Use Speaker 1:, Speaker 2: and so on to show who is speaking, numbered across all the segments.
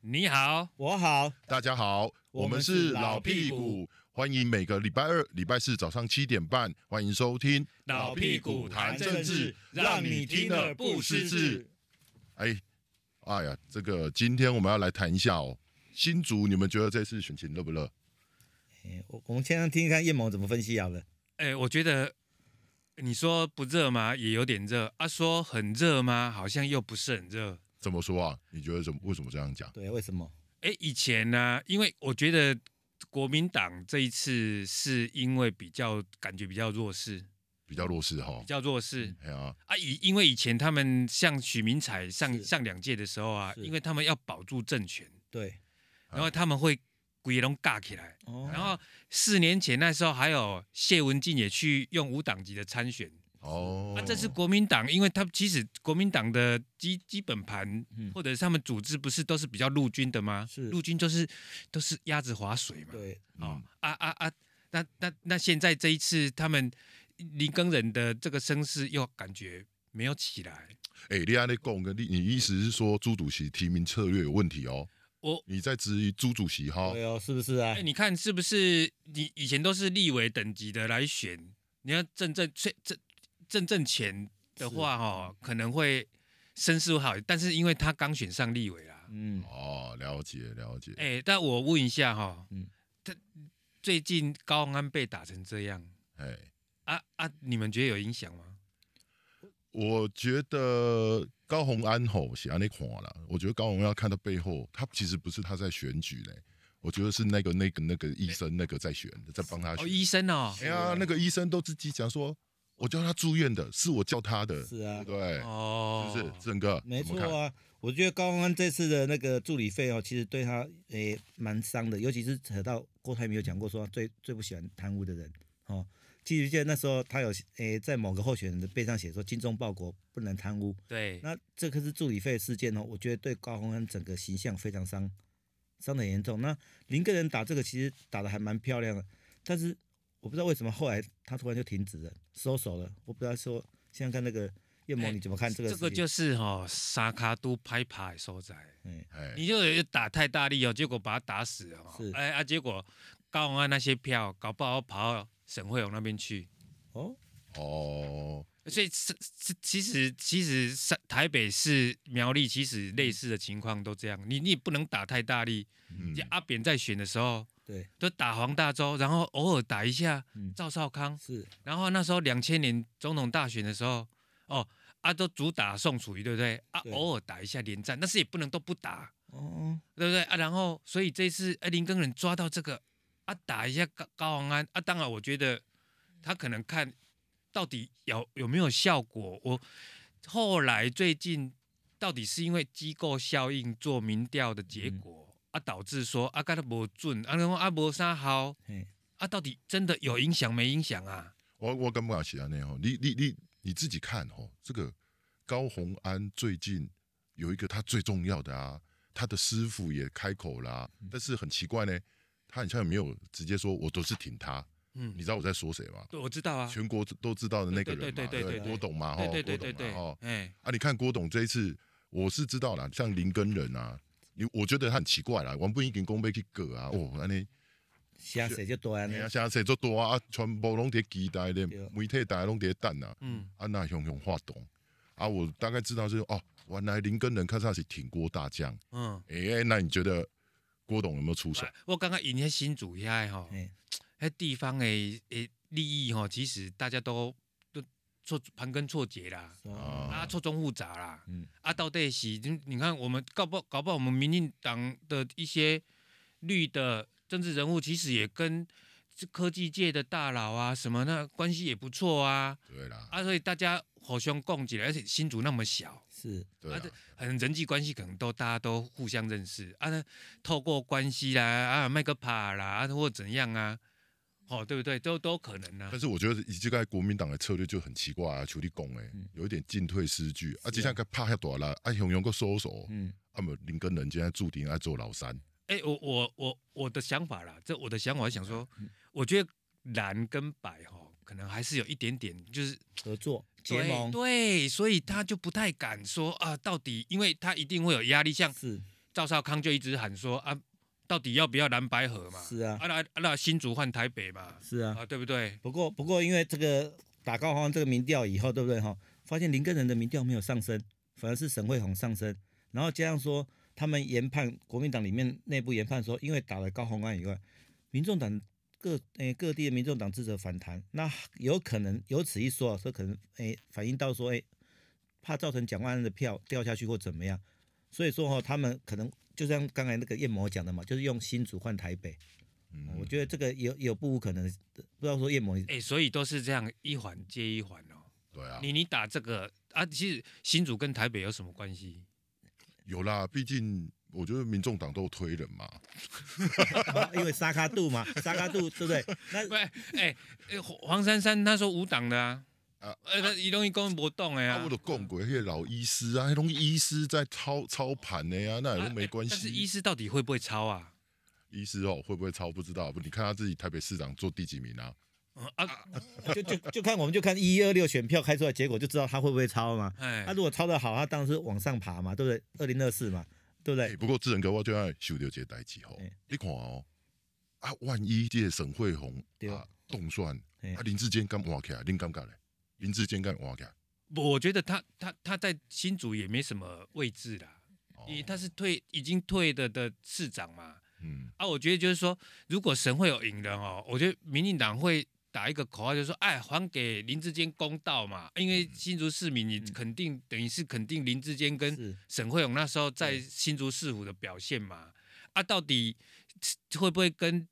Speaker 1: 你好，
Speaker 2: 我好，
Speaker 3: 大家好，
Speaker 2: 我
Speaker 3: 我
Speaker 2: 们
Speaker 3: 们
Speaker 2: 是
Speaker 3: 是
Speaker 2: 老
Speaker 3: 老
Speaker 2: 屁
Speaker 3: 屁
Speaker 2: 股
Speaker 3: 股，欢迎每个礼拜二、礼拜四早上七点半，欢迎收听。
Speaker 1: 老屁股谈政治，让你听得不失智。
Speaker 3: 哎，哎呀，这个今天我们要来谈一下哦，新竹，你们觉得这次选情热不热？
Speaker 2: 哎我我们先听听看叶某怎么分析好了。
Speaker 1: 哎，我觉得你说不热吗？也有点热啊。说很热吗？好像又不是很热。
Speaker 3: 怎么说啊？你觉得怎么？为什么这样讲？
Speaker 2: 对，为什么？
Speaker 1: 哎，以前呢、因为我觉得国民党这一次是因为比较感觉比较弱势，
Speaker 3: 比较弱势哈、
Speaker 1: 比较弱势。
Speaker 3: 哎呀，
Speaker 1: 啊，以因为以前他们像许明才上
Speaker 2: 是
Speaker 1: 上两届的时候啊，
Speaker 2: 是
Speaker 1: 因为他们要保住政权，
Speaker 2: 对，
Speaker 3: 啊
Speaker 1: 然后他们会鬼龙尬起来，
Speaker 2: 哦
Speaker 1: 然后四年前那时候还有谢文进也去用无党籍的参选，
Speaker 3: 哦，
Speaker 1: 那、啊这次国民党，因为他其实国民党的基基本盘、
Speaker 2: 嗯
Speaker 1: 或者是他们组织不是都是比较陆军的吗？
Speaker 2: 是
Speaker 1: 陆军就是都是鸭子划水嘛。
Speaker 2: 对，嗯
Speaker 1: 哦，啊啊啊！那那那现在这一次他们林耕人的这个声势又感觉没有起来，
Speaker 3: 哎，利安内贡跟你，你意思是说朱主席提名策略有问题哦？
Speaker 1: 我
Speaker 3: 你在质疑朱主席哈？
Speaker 2: 对哦，是不是啊
Speaker 1: 哎、？你看是不是？你以前都是立委等级的来选，你要正正最正正正前的
Speaker 2: 嗯
Speaker 1: 话，哦，可能会声势会好，但是因为他刚选上立委啦，
Speaker 2: 嗯，
Speaker 3: 哦，了解了解。
Speaker 1: 哎、但我问一下哈、
Speaker 2: 嗯
Speaker 1: 他最近高鸿安被打成这样
Speaker 3: 哎，
Speaker 1: 啊啊，你们觉得有影响吗？
Speaker 3: 我觉得高洪安吼写安那款啦，我觉得高洪安要看到背后，他其实不是他在选举嘞，我觉得是那个那个那个医生那个在选的，在帮
Speaker 2: 啊
Speaker 3: 他
Speaker 1: 哦，
Speaker 3: 选。
Speaker 1: 医生哦，
Speaker 3: 哎呀，那个医生都自己讲说，我叫他住院的，是我叫他的，
Speaker 2: 是啊
Speaker 3: 对不对，
Speaker 1: 哦，
Speaker 3: 是不是郑哥，
Speaker 2: 没
Speaker 3: 怎么
Speaker 2: 错
Speaker 3: 看，
Speaker 2: 啊。我觉得高鸿安这次的那个助理费哦，其实对他诶蛮伤的，尤其是扯到郭台铭有讲过说他最最不喜欢贪污的人哦。其实记得那时候他有诶在某个候选人的背上写说精忠报国不能贪污，
Speaker 1: 对，
Speaker 2: 那这个是助理费事件哦，我觉得对高洪安整个形象非常伤，伤得很严重。那林个人打这个其实打得还蛮漂亮的，但是我不知道为什么后来他突然就停止了，收手了。我不知道说，现在看那个叶
Speaker 1: 哎
Speaker 2: 某你怎么看这个
Speaker 1: 这
Speaker 2: 事
Speaker 1: 个
Speaker 2: 情？
Speaker 1: 就是哦，沙卡都拍拍所在，
Speaker 3: 哎，
Speaker 1: 你就有打太大力哦，结果把他打死了、哦
Speaker 2: 是，
Speaker 1: 哎啊，结果高鸿安那些票搞不好跑到沈惠荣那边去，
Speaker 2: 哦，
Speaker 3: 哦，
Speaker 1: 所以是是其实其实是台北市苗栗其实
Speaker 2: 嗯
Speaker 1: 类似的情况都这样，你你不能打太大力，
Speaker 3: 嗯
Speaker 1: 就，阿扁在选的时候
Speaker 2: 对，
Speaker 1: 都打黄大洲，然后偶尔打一下
Speaker 2: 嗯
Speaker 1: 赵少康，
Speaker 2: 是
Speaker 1: 然后那时候两千年总统大选的时候，哦啊都主打宋楚瑜对不对？啊
Speaker 2: 对
Speaker 1: 偶尔打一下连战，但是也不能都不打，
Speaker 2: 哦，
Speaker 1: 对不对啊？然后所以这次哎林根人抓到这个啊打一下高高宏安啊，当然我觉得他可能看到底有有没有效果。我后来最近到底是因为机构效应做民调的结
Speaker 3: 嗯
Speaker 1: 果、啊，导致说啊，干的不准啊，然后啊无啥好
Speaker 2: 嘿，
Speaker 1: 啊，到底真的有影响没影响啊？
Speaker 3: 我我敢不敢写安那吼？你你你你自己看吼，这个高洪安最近有一个他最重要的啊，他的师傅也开口啦、
Speaker 1: 嗯
Speaker 3: 但是很奇怪呢，他好像也没有直接说我都是挺他，
Speaker 1: 嗯
Speaker 3: 你，知道我在说谁吗？
Speaker 1: 对，我知道啊，
Speaker 3: 全国都知道的那个人嘛，
Speaker 1: 对对对对
Speaker 3: 不
Speaker 1: 对
Speaker 3: 郭董嘛，吼，
Speaker 1: 对对对对
Speaker 3: 郭董
Speaker 1: 对
Speaker 3: 嘛吼，
Speaker 1: 哎，
Speaker 3: 啊，你看郭董这一次，我是知道啦，像林根人啊，你我觉得他很奇怪啦，王不英跟公被去割啊，哦，安尼。
Speaker 2: 下谁就多安
Speaker 3: 哎呀，
Speaker 2: 了。
Speaker 3: 现在做做大啊，全部拢伫期待咧
Speaker 2: 对，
Speaker 3: 媒体大家拢伫等啊，
Speaker 1: 嗯，
Speaker 3: 啊那雄雄化懂啊，我大概知道是哦，原来林根人看上去挺郭大将，
Speaker 1: 嗯，
Speaker 3: 哎、那你觉得郭董有没有出手？
Speaker 1: 我刚刚引些新主遐吼，
Speaker 2: 嘿，
Speaker 1: 那地方诶诶利益吼，其实大家都都错盘根错节啦，
Speaker 2: 哦，
Speaker 1: 啊，
Speaker 3: 啊，
Speaker 1: 错综复杂啦，
Speaker 2: 嗯
Speaker 1: 啊，到底是你你看我们搞不好搞不好我们民进党的一些绿的政治人物，其实也跟这科技界的大佬啊什么那关系也不错啊，
Speaker 3: 对啦，
Speaker 1: 啊，所以大家互相供起来，而且新竹那么小。
Speaker 2: 是
Speaker 3: 对
Speaker 1: 啊
Speaker 3: 啦，
Speaker 1: 这很人际关系可能都大家都互相认识啊，那透过关系啦啊麦克帕啦啊或怎样啊，哦对不对？都都可能啊
Speaker 3: 但。是我觉得以这个国民党的策略就很奇怪啊，求你讲诶，有一点进退失据，啊，就像个拍下大啦，啊，雄雄个收手，
Speaker 2: 嗯，
Speaker 3: 啊，没有林根人今天注定爱做老三，
Speaker 1: 哎，我我我我的想法啦，这我的想法是想说，我觉得蓝跟白哈、哦，可能还是有一点点就是
Speaker 2: 合作结盟
Speaker 1: 对，对所以他就不太敢说啊，到底因为他一定会有压力，像
Speaker 2: 是
Speaker 1: 赵少康就一直喊说啊，到底要不要蓝白河嘛？
Speaker 2: 是啊
Speaker 1: 啊那啊那新竹换台北嘛？
Speaker 2: 是啊，
Speaker 1: 啊，对不对？
Speaker 2: 不过不过因为这个打高洪安这个民调以后，对不对哈？发现林根人的民调没有上升，反而是沈惠宏上升，然后加上说他们研判国民党里面内部研判说，因为打了高洪安以外，民众党各诶、各地的民众党支持反弹，那有可能有此一说，说可能诶、反映到说诶、怕造成蒋万安的票掉下去或怎么样，所以说哈、他们可能就像刚才那个燕魔讲的嘛，就是用新竹换台北，
Speaker 3: 嗯
Speaker 2: 哦我觉得这个有有不无可能的，不知道说燕魔你
Speaker 1: 哎、所以都是这样一环接一环哦。
Speaker 3: 对啊，
Speaker 1: 你你打这个啊，其实新竹跟台北有什么关系？
Speaker 3: 有啦，毕竟我觉得民众党都推人嘛，
Speaker 2: 啊 因为沙卡杜嘛，沙卡杜对不对？那
Speaker 1: 不，哎、哎黄黄珊珊她说无党的啊，
Speaker 3: 啊
Speaker 1: 呃，他移动一公不动哎
Speaker 3: 啊，
Speaker 1: 呀
Speaker 3: 我，都供过那些老医师啊，那种医师在操操盘的呀、那也都没关
Speaker 1: 哎啊但是医
Speaker 3: 系。
Speaker 1: 师到底会不会抄啊？
Speaker 3: 医师哦，会不会操不知道，不，你看他自己台北市长做第几名啊？
Speaker 1: 嗯啊，
Speaker 2: 就就就看我们就看一二六选票开出来结果就知道他会不会超嘛。
Speaker 1: 哎、
Speaker 2: 他、如果超得好，他当然是往上爬嘛，对不对？二零二四嘛，对不
Speaker 3: 哎、
Speaker 2: 对？
Speaker 3: 不过智仁哥，我就要想到一个代志吼
Speaker 2: 哎，
Speaker 3: 你看哦，啊，万一这个沈惠宏
Speaker 2: 对
Speaker 3: 啊动算，
Speaker 2: 哎
Speaker 3: 啊林志坚敢换起来，恁感觉嘞？林志坚敢换起来？
Speaker 1: 我觉得他他他在新竹也没什么位置啦，
Speaker 3: 哦
Speaker 1: 因为他是退已经退的的市长嘛。
Speaker 3: 嗯，
Speaker 1: 啊，我觉得就是说，如果神会有赢的哦，我觉得民进党会打一个口号，就是说，哎，还给林志坚公道嘛，因
Speaker 2: 嗯
Speaker 1: 为新竹市民你肯定、等于是肯定林志坚跟
Speaker 2: 是
Speaker 1: 沈惠勇那时候在
Speaker 2: 对
Speaker 1: 新竹市府的表现嘛，啊，到底会不会跟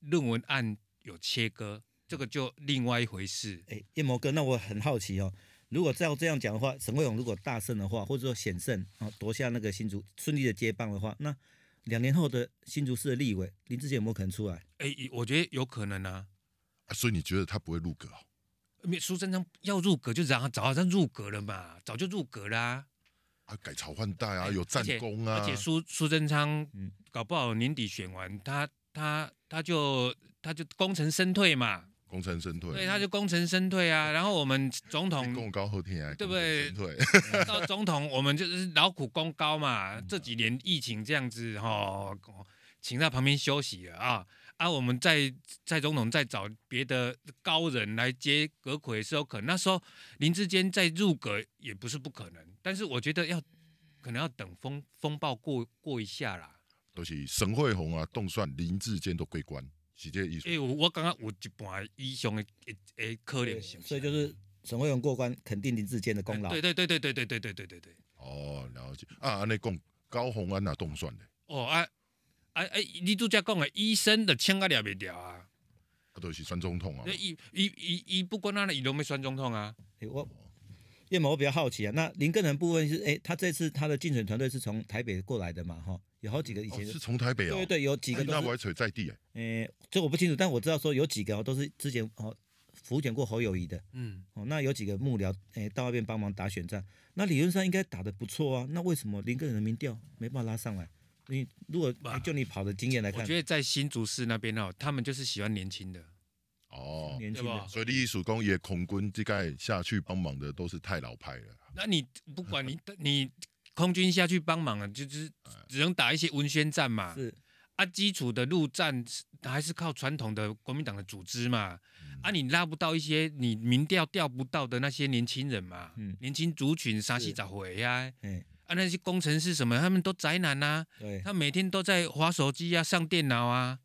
Speaker 1: 论文案有切割，这个就另外一回事。
Speaker 2: 哎，叶魔哥，那我很好奇哦，如果照这样讲的话，沈惠勇如果大胜的话，或者说险胜啊，夺下那个新竹顺利的接棒的话，那两年后的新竹市的立委林志杰有没有可能出来？
Speaker 1: 哎、我觉得有可能啊。
Speaker 3: 啊所以你觉得他不会入阁哦？
Speaker 1: 没苏贞昌要入阁就让他早上入阁了嘛，早就入阁啦、
Speaker 3: 啊，改朝换代啊，
Speaker 1: 哎
Speaker 3: 有战
Speaker 1: 而且
Speaker 3: 功啊，
Speaker 1: 而且苏苏贞昌
Speaker 2: 嗯
Speaker 1: 搞不好年底选完，他他他就他就功成身退嘛，
Speaker 3: 功成身退，
Speaker 1: 对，他就功成身退啊。然后我们总统
Speaker 3: 功高后天啊，
Speaker 1: 对不对
Speaker 3: 功成身退
Speaker 1: 到总统，我们就是劳苦功高嘛。这几年疫情这样子哈、哦，请在旁边休息了啊啊！我们在蔡总统再找别的高人来接葛魁是有可能，那时候林志坚再入阁也不是不可能，但是我觉得要可能要等风风暴过过一下啦。
Speaker 3: 都是沈惠宏啊，动算林志坚都归关，是这个意思
Speaker 1: 因。为我刚刚有一半以上的诶诶可能性，
Speaker 2: 所以就是沈惠勇过关，肯定林志坚的功劳。
Speaker 1: 对对对对对对对对对对对。
Speaker 3: 哦，了解啊，安尼讲高宏安啊，动算的，
Speaker 1: 哦啊啊啊！你拄则讲的医生的签啊了袂掉啊，
Speaker 3: 啊，都是选总
Speaker 2: 哦
Speaker 3: 统啊
Speaker 1: 那，伊伊伊伊不管哪里，伊都没选总统啊。
Speaker 2: 诶我叶某我比较好奇啊，那林根人部分是哎、诶他这次他的竞选团队是从台北过来的嘛？哈，有好几个以
Speaker 3: 哦
Speaker 2: 前、
Speaker 3: 是从台北哦，
Speaker 2: 对对，有几
Speaker 3: 哎
Speaker 2: 个
Speaker 3: 那
Speaker 2: 都
Speaker 3: 我
Speaker 2: 是
Speaker 3: 还在地哎，
Speaker 2: 诶，这、我不清楚，但我知道说有几个哦都是之前哦辅选过侯友谊的
Speaker 1: 嗯，
Speaker 2: 哦，那有几个幕僚诶、到外面帮忙打选战，那理论上应该打得不错啊，那为什么林根人的民调没办法拉上来？你如果、诶
Speaker 1: 哇
Speaker 2: 就你跑的经验来
Speaker 1: 我
Speaker 2: 看
Speaker 1: 觉，得在新竹市那边哦，他们就是喜欢年轻的，
Speaker 3: 哦，
Speaker 2: 年
Speaker 1: 对
Speaker 2: 轻的
Speaker 1: 吧？
Speaker 3: 所以历史公也空军这盖下去帮忙的都是太老派了，
Speaker 1: 那你不管 你你空军下去帮忙啊，就是只能打一些文宣战嘛。
Speaker 2: 是
Speaker 1: 啊，基础的陆战是还是靠传统的国民党的组织嘛。
Speaker 2: 嗯
Speaker 1: 啊，你拉不到一些你民调调不到的那些年轻人嘛，
Speaker 2: 嗯
Speaker 1: 年轻族群啥
Speaker 2: 是
Speaker 1: 西咋回呀？
Speaker 2: 诶、
Speaker 1: 啊，那些工程师什么，他们都宅男啊呐、
Speaker 2: 对
Speaker 1: 他每天都在划手机啊、上电脑啊，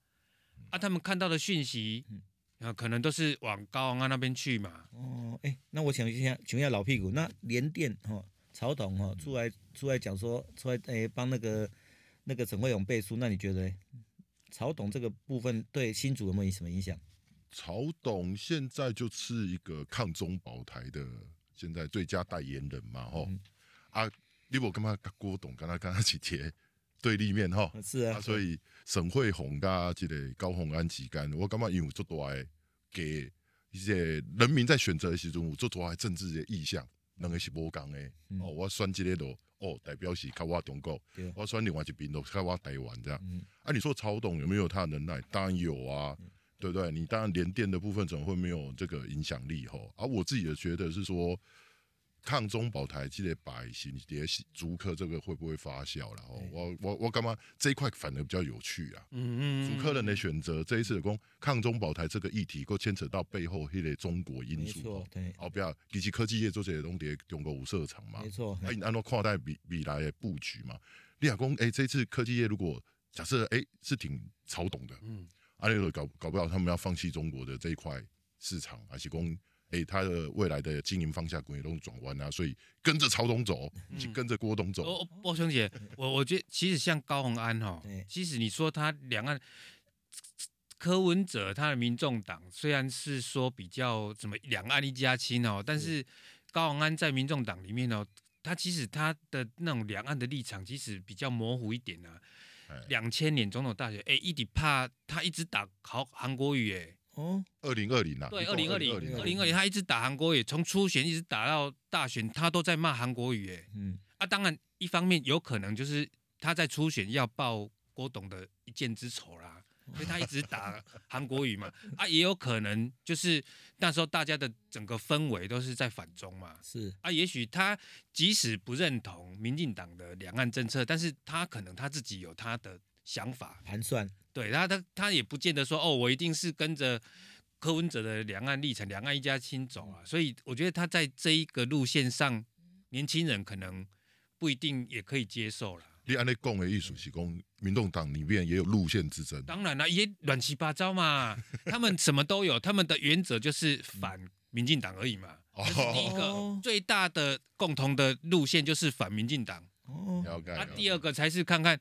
Speaker 1: 啊，他们看到的讯息
Speaker 2: 嗯，
Speaker 1: 啊，可能都是往高昂啊那边去嘛。
Speaker 2: 哦，哎，那我想一下，请问一下老屁股，那联电哈、哦，曹董哈、哦、出来出来讲说，出来哎帮那个那个沈惠勇背书，那你觉得哎曹董这个部分对新竹有没有什么影响？
Speaker 3: 曹董现在就是一个抗中保台的现在最佳代言人嘛，吼、
Speaker 2: 嗯
Speaker 3: 啊，你我干嘛郭董跟他跟他一起贴对立面吼，
Speaker 2: 啊是啊，
Speaker 3: 啊，所以沈惠宏加这个高宏安之间，我感觉因为做大的给一些人民在选择的时阵有做大的政治的意向，两个是无共的。
Speaker 2: 嗯
Speaker 3: 哦，我选这个都哦，代表是较我中国
Speaker 2: 对，
Speaker 3: 我选另外一边都较我台湾这样。
Speaker 2: 嗯
Speaker 3: 啊，你说曹董有没有他的能耐？当然有啊，对不对？你当然连电的部分怎么会没有这个影响力吼？而、啊、我自己也觉得是说，抗中保台这个百姓这些租客这个会不会发酵了？哦，我我我干嘛这一块反而比较有趣啊？
Speaker 1: 嗯
Speaker 3: 主客人的选择，这一次的讲抗中保台这个议题，够牵扯到背后迄个中国因
Speaker 2: 没
Speaker 3: 素
Speaker 2: 错
Speaker 3: 哦。，
Speaker 2: 对，
Speaker 3: 后壁其实科技业做这些东西，中国有设厂嘛
Speaker 2: 没，错，
Speaker 3: 啊，
Speaker 2: 嘿
Speaker 3: 你安怎看待未未来的布局嘛？你若讲，哎、这次科技业如果假设，哎、是挺潮懂的，
Speaker 1: 嗯
Speaker 3: 啊，那个搞搞不好他们要放弃中国的这一块市场，而且供哎，他的未来的经营方向可能都转弯啊，所以跟着曹董走，
Speaker 1: 嗯
Speaker 3: 去跟着郭董走，
Speaker 1: 哦，波兄姐，我我觉得其实像高鸿安哈
Speaker 2: 对，
Speaker 1: 其实你说他两岸柯文哲他的民众党虽然是说比较什么两岸一家亲哦，但是高鸿安在民众党里面哦，他其实他的那种两岸的立场其实比较模糊一点啊。
Speaker 3: 哎
Speaker 1: 两千年总统大选，哎，一直怕他一直打好韩国语，哎，
Speaker 2: 哦，
Speaker 3: 二零二零啊，
Speaker 1: 对，
Speaker 3: 你讲
Speaker 1: 二零二零
Speaker 3: 2020
Speaker 1: 二零二零他一直打韩国语，从初选一直打到大选，他都在骂韩国语，哎。
Speaker 2: 嗯，
Speaker 1: 啊，当然，一方面有可能就是他在初选要报郭董的一箭之仇啦，所以他一直打韩国语嘛。啊，也有可能就是那时候大家的整个氛围都是在反中嘛。
Speaker 2: 是
Speaker 1: 啊，也许他即使不认同民进党的两岸政策，但是他可能他自己有他的想法，
Speaker 2: 盘算，
Speaker 1: 对他他他也不见得说哦，我一定是跟着柯文哲的两岸历程，两岸一家亲走
Speaker 2: 嗯
Speaker 1: 啊。所以我觉得他在这一个路线上，年轻人可能不一定也可以接受了。
Speaker 3: 你按那讲的艺术是讲，民众党里面也有路线之争，
Speaker 1: 当然了，也乱七八糟嘛，他们什么都有，他们的原则就是反民进党而已嘛。
Speaker 3: 哦
Speaker 1: 这是第一
Speaker 2: 嗯哦
Speaker 1: 个最大的共同的路线就是反民进党，
Speaker 2: 哦，
Speaker 3: 了解。
Speaker 1: 啊
Speaker 3: 了，解
Speaker 1: 第二个才是看看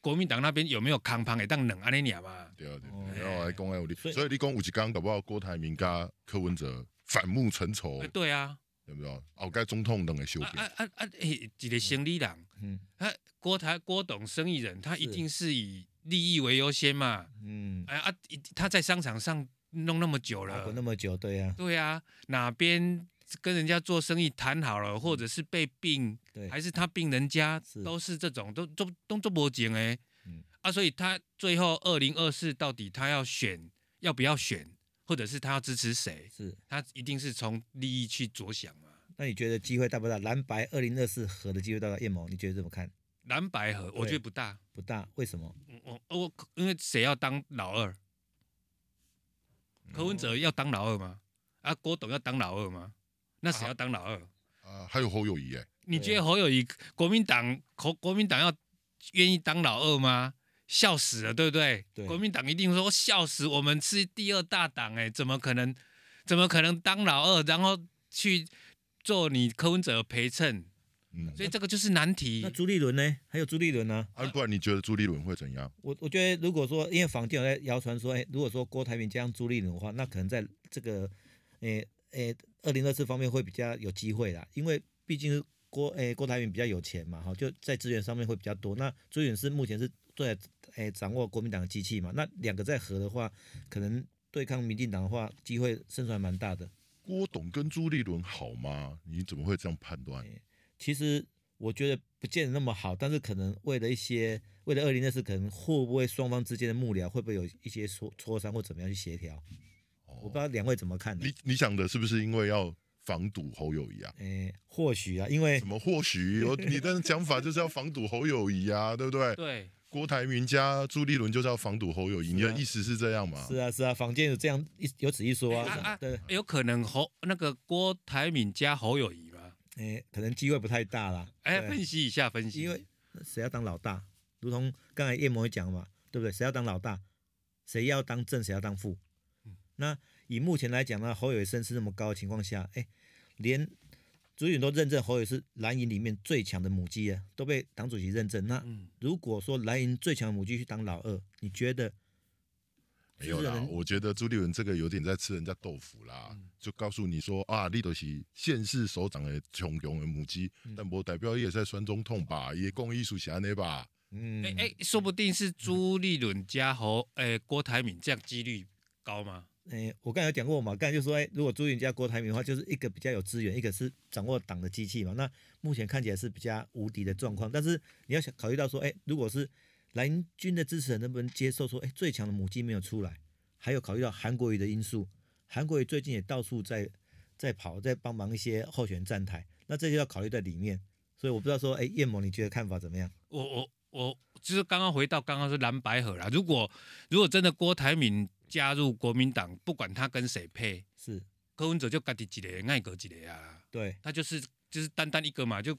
Speaker 1: 国民党那边有没有康胖给当冷安尼俩嘛。
Speaker 3: 对啊，对
Speaker 2: 哦
Speaker 3: 啊，对啊然后还讲还有你，
Speaker 2: 所以
Speaker 3: 所以你讲有一天搞不好郭台铭加柯文哲反目成
Speaker 2: 哦
Speaker 3: 仇
Speaker 1: 哎，对啊，
Speaker 3: 对不对？后该总统两个修
Speaker 1: 啊
Speaker 3: 改，
Speaker 1: 啊啊啊！嘿一个生理人，
Speaker 2: 嗯
Speaker 1: 他郭台郭董生意人，他一
Speaker 2: 是
Speaker 1: 定是以利益为优先嘛。
Speaker 2: 嗯，
Speaker 1: 哎啊，一他在商场上弄那么呃久
Speaker 2: 打
Speaker 1: 了
Speaker 2: 滚，那么久，对呀，
Speaker 1: 对啊，哪边跟人家做生意谈好了，或者是被病，
Speaker 2: 嗯对，
Speaker 1: 还是他病人家
Speaker 2: 是，
Speaker 1: 都是这种，都都都做不紧哎
Speaker 2: 嗯。
Speaker 1: 啊，所以他最后二零二四到底他要选要不要选，或者是他要支持谁，
Speaker 2: 是。
Speaker 1: 他一定是从利益去着想嘛。
Speaker 2: 那你觉得机会大不大？蓝白二零二四合的机会大不大？叶某，你觉得怎么看？
Speaker 1: 蓝白河我觉得不大，
Speaker 2: 不大，为什么？
Speaker 1: 我我哦因为谁要当老二？柯文
Speaker 2: 哦
Speaker 1: 哲要当老二吗？啊，郭董要当老二吗？那谁要当老二？
Speaker 3: 啊，还有侯友谊哎，
Speaker 1: 你觉得侯友谊国民党国国民党要愿意当老二吗？笑死了，对不对？
Speaker 2: 对
Speaker 1: 国民党一定说笑死，我们是第二大党，哎，怎么可能？怎么可能当老二，然后去做你柯文哲的陪衬？
Speaker 3: 嗯，
Speaker 1: 所以这个就是难
Speaker 2: 那
Speaker 1: 题。
Speaker 2: 朱立伦呢？还有朱立伦呢、
Speaker 3: 啊，不然你觉得朱立伦会怎样？
Speaker 2: 我我觉得，如果说因为坊间有在谣传说，哎，如果说郭台铭加上朱立伦的话，那可能在这个，诶诶，二零二四方面会比较有机会啦，因为毕竟是郭诶郭台铭比较有钱嘛，哈，就在资源上面会比较多。那朱立伦是目前是对诶掌握国民党的机器嘛，那两个在合的话，可能对抗民进党的话，机会胜算蛮大的。
Speaker 3: 郭董跟朱立伦好吗？你怎么会这样判断？
Speaker 2: 哎其实我觉得不见得那么好，但是可能为了一些，为了二零二四，可能会不会双方之间的幕僚会不会有一些磋磋商或怎么样去协调？我不知
Speaker 3: 哦，
Speaker 2: 道两位怎么看呢？
Speaker 3: 你你想的是不是因为要防堵侯友谊啊？
Speaker 2: 诶、或许啊，因为
Speaker 3: 怎么或许 我你的讲法就是要防堵侯友谊啊，对不对？
Speaker 1: 对，
Speaker 3: 郭台铭加朱立伦就是要防堵侯友谊，你
Speaker 2: 是啊
Speaker 3: 的意思是这样吗？
Speaker 2: 是啊是啊，坊间有这样一有此一说啊，
Speaker 1: 哎啊啊
Speaker 2: 对，
Speaker 1: 有可能侯那个郭台铭加侯友谊吗？
Speaker 2: 诶、可能机会不太大啦。
Speaker 1: 哎，
Speaker 2: 对
Speaker 1: 分析一下，分析。
Speaker 2: 因为谁要当老大？如同刚才叶某也讲嘛，对不对？谁要当老大？谁要当正？谁要当副？
Speaker 1: 嗯
Speaker 2: 那以目前来讲呢，侯友宜声势那么高的情况下，哎，连朱允都认证侯友宜是蓝营里面最强的母鸡啊，都被党主席认证。那
Speaker 1: 嗯，
Speaker 2: 如果说蓝营最强的母鸡去当老二，你觉得
Speaker 3: 没有
Speaker 2: 是不是嗯
Speaker 3: 啦，
Speaker 2: 能
Speaker 3: 我觉得朱立伦这个有点在吃人家豆腐啦，就告诉你说啊，立德是县市首长的穷穷的母鸡，
Speaker 2: 嗯
Speaker 3: 但我代表也在酸中痛吧，也供艺术侠那吧，
Speaker 2: 嗯，
Speaker 1: 哎哎，说不定是朱立伦加侯哎郭台铭，这样几率高吗？
Speaker 2: 诶、我刚才有讲过嘛，刚才就说，诶、如果朱云加郭台铭的话，就是一个比较有资源，一个是掌握党的机器嘛。那目前看起来是比较无敌的状况，但是你要想考虑到说，诶、如果是蓝军的支持人能不能接受说，诶、最强的母鸡没有出来，还有考虑到韩国瑜的因素，韩国瑜最近也到处在在跑，在帮忙一些候选站台。那这就要考虑在里面。所以我不知道说，哎，叶某你觉得看法怎么样？
Speaker 1: 我我我就是刚刚回到刚刚是蓝白河啦。如果如果真的郭台铭加入国民党，不管他跟谁配，
Speaker 2: 是
Speaker 1: 柯文哲就家己一个爱国一个啊，
Speaker 2: 对，
Speaker 1: 他就是就是单单一个嘛，就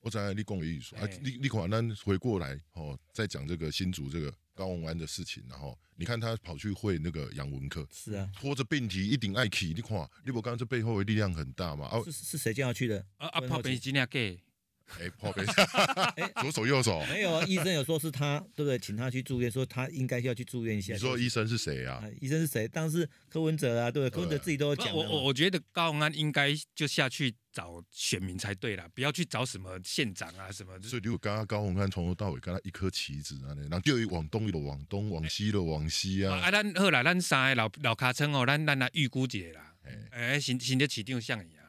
Speaker 3: 我知道你讲的意思啊
Speaker 1: 哎，
Speaker 3: 你你看，咱回过来哦，再讲这个新竹这个高宏安的事情，然后你看他跑去会那个杨文科，
Speaker 2: 是啊，
Speaker 3: 拖着病体一顶爱起，你看，你不刚这背后的力量很大嘛？啊，
Speaker 2: 是是是谁叫他去的？
Speaker 1: 啊啊
Speaker 2: 我很
Speaker 1: 泡
Speaker 2: 好奇
Speaker 1: 杯几两给，
Speaker 3: 哎，破杯
Speaker 2: 哎，
Speaker 3: 左手右手，
Speaker 2: 没有啊，医生有说是他，对不对？请他去住院，说他应该要去住院一下。
Speaker 3: 你说医生是谁啊
Speaker 2: 啊？，医生是谁？当然是柯文哲啊，对不对？柯文哲自己都有
Speaker 1: 不
Speaker 2: 讲
Speaker 1: 我
Speaker 2: 了
Speaker 1: 我
Speaker 2: 嘛。
Speaker 1: 我觉得高鸿安应该就下去找选民才对啦，不要去找什么县长啊什么。
Speaker 3: 所以如果刚刚高宏安从头到尾跟他一颗棋子啊，然后就一往东一路往东，往西一路往西
Speaker 1: 啊，
Speaker 3: 啊，
Speaker 1: 啊咱好啦，咱三个老老卡称哦，咱咱来预估一下啦。
Speaker 3: 哎，
Speaker 1: 哎，新新的市长像伊啊，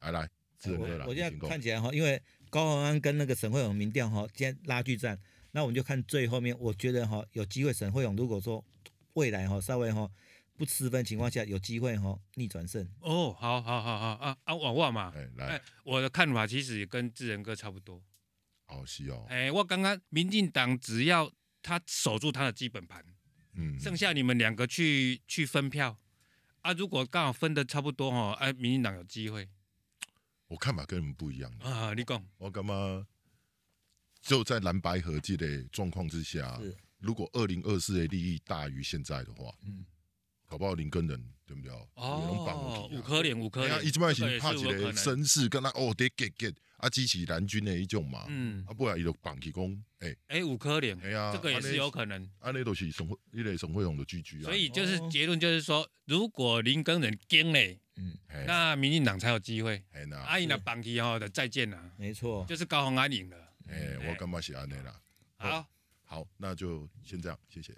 Speaker 3: 来来，自然的啦，
Speaker 2: 我
Speaker 3: 你
Speaker 2: 现
Speaker 3: 先
Speaker 2: 在
Speaker 3: 讲
Speaker 2: 看起来哈，因为高鸿安跟那个沈惠勇民调哈，现在拉锯战，那我们就看最后面。我觉得哈，有机会沈惠勇如果说未来哈稍微哈不失分情况下，有机会哈逆转胜。
Speaker 1: 哦，好好好好啊啊，我我嘛，
Speaker 3: 哎
Speaker 1: 哎
Speaker 3: 来，，
Speaker 1: 我的看法其实也跟志仁哥差不多。
Speaker 3: 好西哦，
Speaker 1: 哎，我刚刚民进党只要他守住他的基本盘，
Speaker 3: 嗯，
Speaker 1: 剩下你们两个去去分票啊。如果刚好分的差不多哦，哎、民进党有机会
Speaker 3: 我看法跟你们不一样。
Speaker 1: 啊。你讲，
Speaker 3: 我干嘛？就在蓝白合计的状况之下
Speaker 2: 是，
Speaker 3: 如果二零二四的利益大于现在的话，
Speaker 1: 嗯，
Speaker 3: 搞不好林根人对不对？
Speaker 1: 哦，五颗脸，五颗
Speaker 3: 啊哎呀，
Speaker 1: 脸，
Speaker 3: 一般
Speaker 1: 这个
Speaker 3: 型
Speaker 1: 也
Speaker 3: 怕
Speaker 1: 是
Speaker 3: 起
Speaker 1: 有可
Speaker 3: 来
Speaker 1: 能
Speaker 3: 绅士跟他哦得 get get 啊，激起蓝军的一种嘛，
Speaker 1: 嗯，
Speaker 3: 啊，不然伊就绑起攻，哎
Speaker 1: 哎、五颗脸，
Speaker 3: 哎呀，
Speaker 1: 这个也是有可能。
Speaker 3: 能，安啊尼都是沈会，一类沈会勇的居居啊，
Speaker 1: 所以就是
Speaker 2: 哦
Speaker 1: 结论就是说，如果林根人跟嘞，
Speaker 3: 嘿
Speaker 1: 那民进党才有机会。
Speaker 3: 嘿呐，
Speaker 1: 阿姨那榜题哦的再见啦，
Speaker 2: 没错，
Speaker 1: 就是高虹安赢了。
Speaker 3: 哎，我干嘛是安尼啦？
Speaker 1: 好，
Speaker 3: 好，那就先这样，谢谢。